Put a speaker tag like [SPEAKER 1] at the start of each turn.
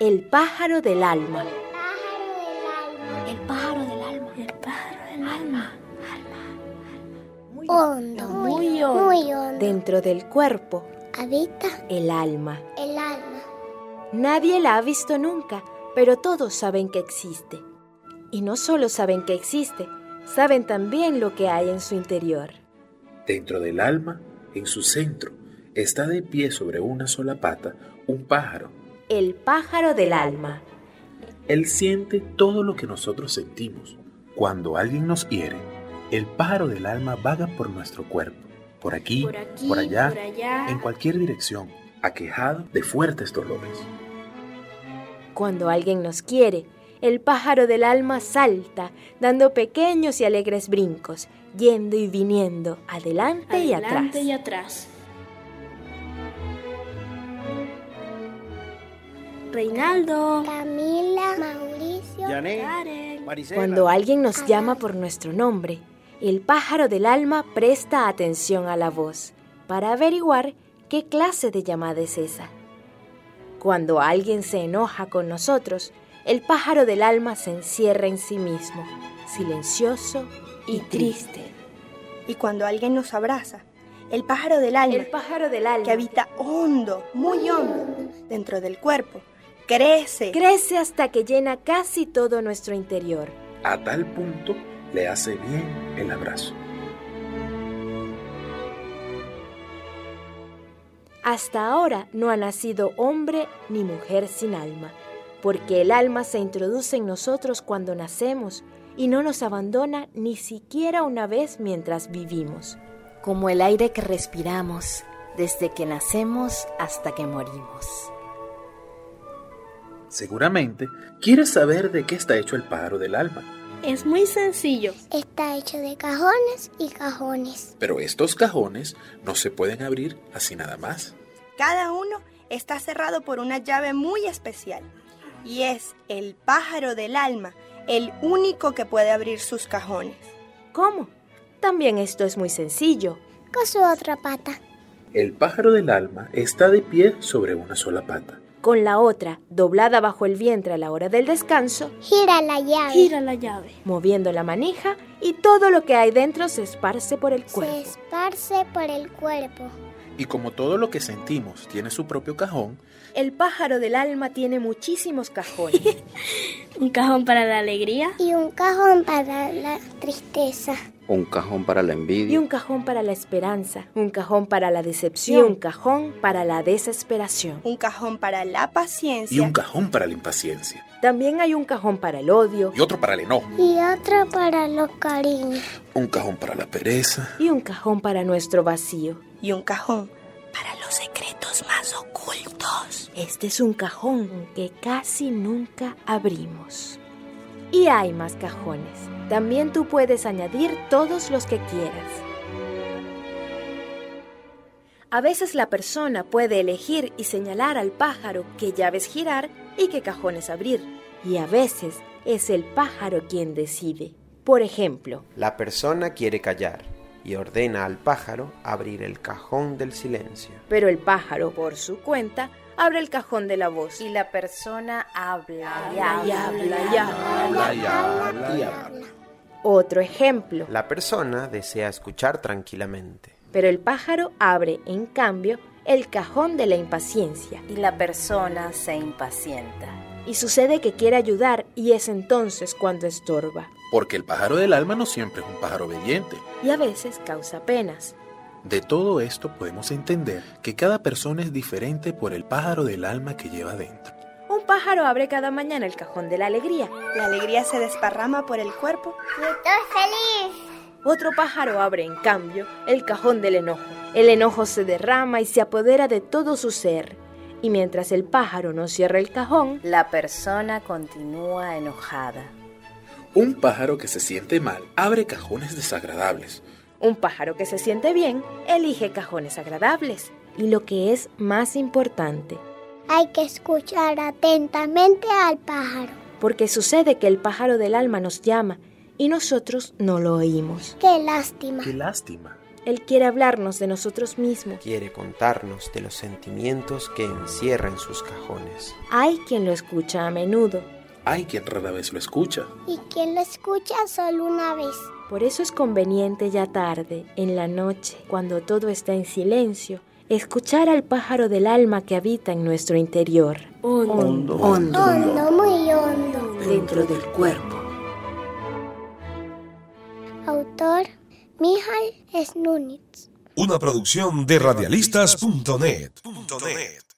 [SPEAKER 1] El pájaro del alma.
[SPEAKER 2] pájaro del alma.
[SPEAKER 1] El pájaro del alma. El pájaro del alma.
[SPEAKER 2] Hondo.
[SPEAKER 1] Muy hondo.
[SPEAKER 2] Muy hondo.
[SPEAKER 1] Dentro del cuerpo,
[SPEAKER 2] Habita
[SPEAKER 1] el alma.
[SPEAKER 2] el alma.
[SPEAKER 1] Nadie la ha visto nunca, pero todos saben que existe. Y no solo saben que existe, saben también lo que hay en su interior.
[SPEAKER 3] Dentro del alma, en su centro, está de pie sobre una sola pata un pájaro.
[SPEAKER 1] El pájaro del alma.
[SPEAKER 3] Él siente todo lo que nosotros sentimos. Cuando alguien nos hiere, el pájaro del alma vaga por nuestro cuerpo, por aquí, por, allá, en cualquier dirección, aquejado de fuertes dolores.
[SPEAKER 1] Cuando alguien nos quiere, el pájaro del alma salta, dando pequeños y alegres brincos, yendo y viniendo, adelante, y atrás.
[SPEAKER 4] Adelante y atrás. Reinaldo,
[SPEAKER 2] Camila, Mauricio,
[SPEAKER 4] Karen,
[SPEAKER 1] Cuando alguien nos llama por nuestro nombre, el pájaro del alma presta atención a la voz para averiguar qué clase de llamada es esa. Cuando alguien se enoja con nosotros, el pájaro del alma se encierra en sí mismo, silencioso y triste.
[SPEAKER 5] Y cuando alguien nos abraza, el pájaro del alma,
[SPEAKER 1] El pájaro del alma
[SPEAKER 5] que habita hondo, muy hondo, dentro del cuerpo, crece.
[SPEAKER 1] crece hasta que llena casi todo nuestro interior.
[SPEAKER 3] A tal punto le hace bien el abrazo.
[SPEAKER 1] Hasta ahora no ha nacido hombre ni mujer sin alma, porque el alma se introduce en nosotros cuando nacemos y no nos abandona ni siquiera una vez mientras vivimos. Como el aire que respiramos desde que nacemos hasta que morimos.
[SPEAKER 3] Seguramente quieres saber de qué está hecho el pájaro del alma.
[SPEAKER 4] es muy sencillo.
[SPEAKER 2] está hecho de cajones y cajones.
[SPEAKER 3] Pero estos cajones no se pueden abrir así nada más.
[SPEAKER 5] Cada uno está cerrado por una llave muy especial. Y es el pájaro del alma, el único que puede abrir sus cajones.
[SPEAKER 1] ¿Cómo? También esto es muy sencillo.
[SPEAKER 2] Con su otra pata.
[SPEAKER 3] El pájaro del alma está de pie sobre una sola pata.
[SPEAKER 1] Con la otra, doblada bajo el vientre a la hora del descanso,
[SPEAKER 2] Gira la llave.
[SPEAKER 4] Gira la llave.
[SPEAKER 1] moviendo la manija y todo lo que hay dentro se esparce por el
[SPEAKER 2] Se
[SPEAKER 1] cuerpo.
[SPEAKER 2] esparce por el cuerpo.
[SPEAKER 3] Y como todo lo que sentimos tiene su propio cajón,
[SPEAKER 1] El pájaro del alma tiene muchísimos cajones.
[SPEAKER 4] Un cajón para la alegría.
[SPEAKER 2] Y un cajón para la tristeza.
[SPEAKER 6] Un cajón para la
[SPEAKER 1] Y
[SPEAKER 6] envidia.
[SPEAKER 1] un cajón para la esperanza, un cajón para la decepción, un cajón para la desesperación.
[SPEAKER 5] Un cajón para la paciencia.
[SPEAKER 3] y un cajón para la impaciencia,
[SPEAKER 1] También hay un cajón para el odio
[SPEAKER 3] y otro para el enojo,
[SPEAKER 2] Y otro para los cariños.
[SPEAKER 3] un cajón para la pereza,
[SPEAKER 1] y un cajón para nuestro vacío.
[SPEAKER 5] y un cajón para los secretos más ocultos.
[SPEAKER 1] Este es un cajón que casi nunca abrimos. Y hay más cajones. También tú puedes añadir todos los que quieras. A veces la persona puede elegir y señalar al pájaro qué llaves girar y qué cajones abrir. Y a veces es el pájaro quien decide. Por ejemplo,
[SPEAKER 7] La persona quiere callar y ordena al pájaro abrir el cajón del silencio.
[SPEAKER 1] pero el pájaro por su cuenta abre el cajón de la voz y la persona habla y habla y habla. Otro ejemplo,
[SPEAKER 7] La persona desea escuchar tranquilamente.
[SPEAKER 1] pero el pájaro abre, en cambio, el cajón de la impaciencia.
[SPEAKER 8] y la persona se impacienta.
[SPEAKER 1] Y sucede que quiere ayudar y es entonces cuando estorba.
[SPEAKER 3] porque el pájaro del alma no siempre es un pájaro obediente.
[SPEAKER 1] Y a veces causa penas.
[SPEAKER 3] De todo esto podemos entender que cada persona es diferente por el pájaro del alma que lleva dentro.
[SPEAKER 1] Un pájaro abre cada mañana el cajón de la alegría.
[SPEAKER 5] La alegría se desparrama por el cuerpo
[SPEAKER 2] Y estoy feliz.
[SPEAKER 1] Otro pájaro abre, en cambio, el cajón del enojo. El enojo se derrama y se apodera de todo su ser. Y mientras el pájaro no cierra el cajón,
[SPEAKER 8] La persona continúa enojada.
[SPEAKER 3] Un pájaro que se siente mal abre cajones desagradables.
[SPEAKER 1] un pájaro que se siente bien elige cajones agradables. Y lo que es más importante,
[SPEAKER 2] Hay que escuchar atentamente al pájaro.
[SPEAKER 1] porque sucede que el pájaro del alma nos llama y nosotros no lo oímos.
[SPEAKER 2] Qué lástima.
[SPEAKER 3] Qué lástima.
[SPEAKER 1] Él quiere hablarnos de nosotros mismos.
[SPEAKER 7] Quiere contarnos de los sentimientos que encierra en sus cajones.
[SPEAKER 1] Hay quien lo escucha a menudo.
[SPEAKER 3] Hay quien rara vez lo escucha.
[SPEAKER 2] y quien lo escucha solo una vez.
[SPEAKER 1] Por eso es conveniente ya tarde, en la noche, cuando todo está en silencio, escuchar al pájaro del alma que habita en nuestro interior.
[SPEAKER 6] hondo,
[SPEAKER 2] Hondo, muy hondo.
[SPEAKER 6] dentro del cuerpo.
[SPEAKER 2] Autor Mijal Snunitz.
[SPEAKER 9] Una producción de radialistas.net.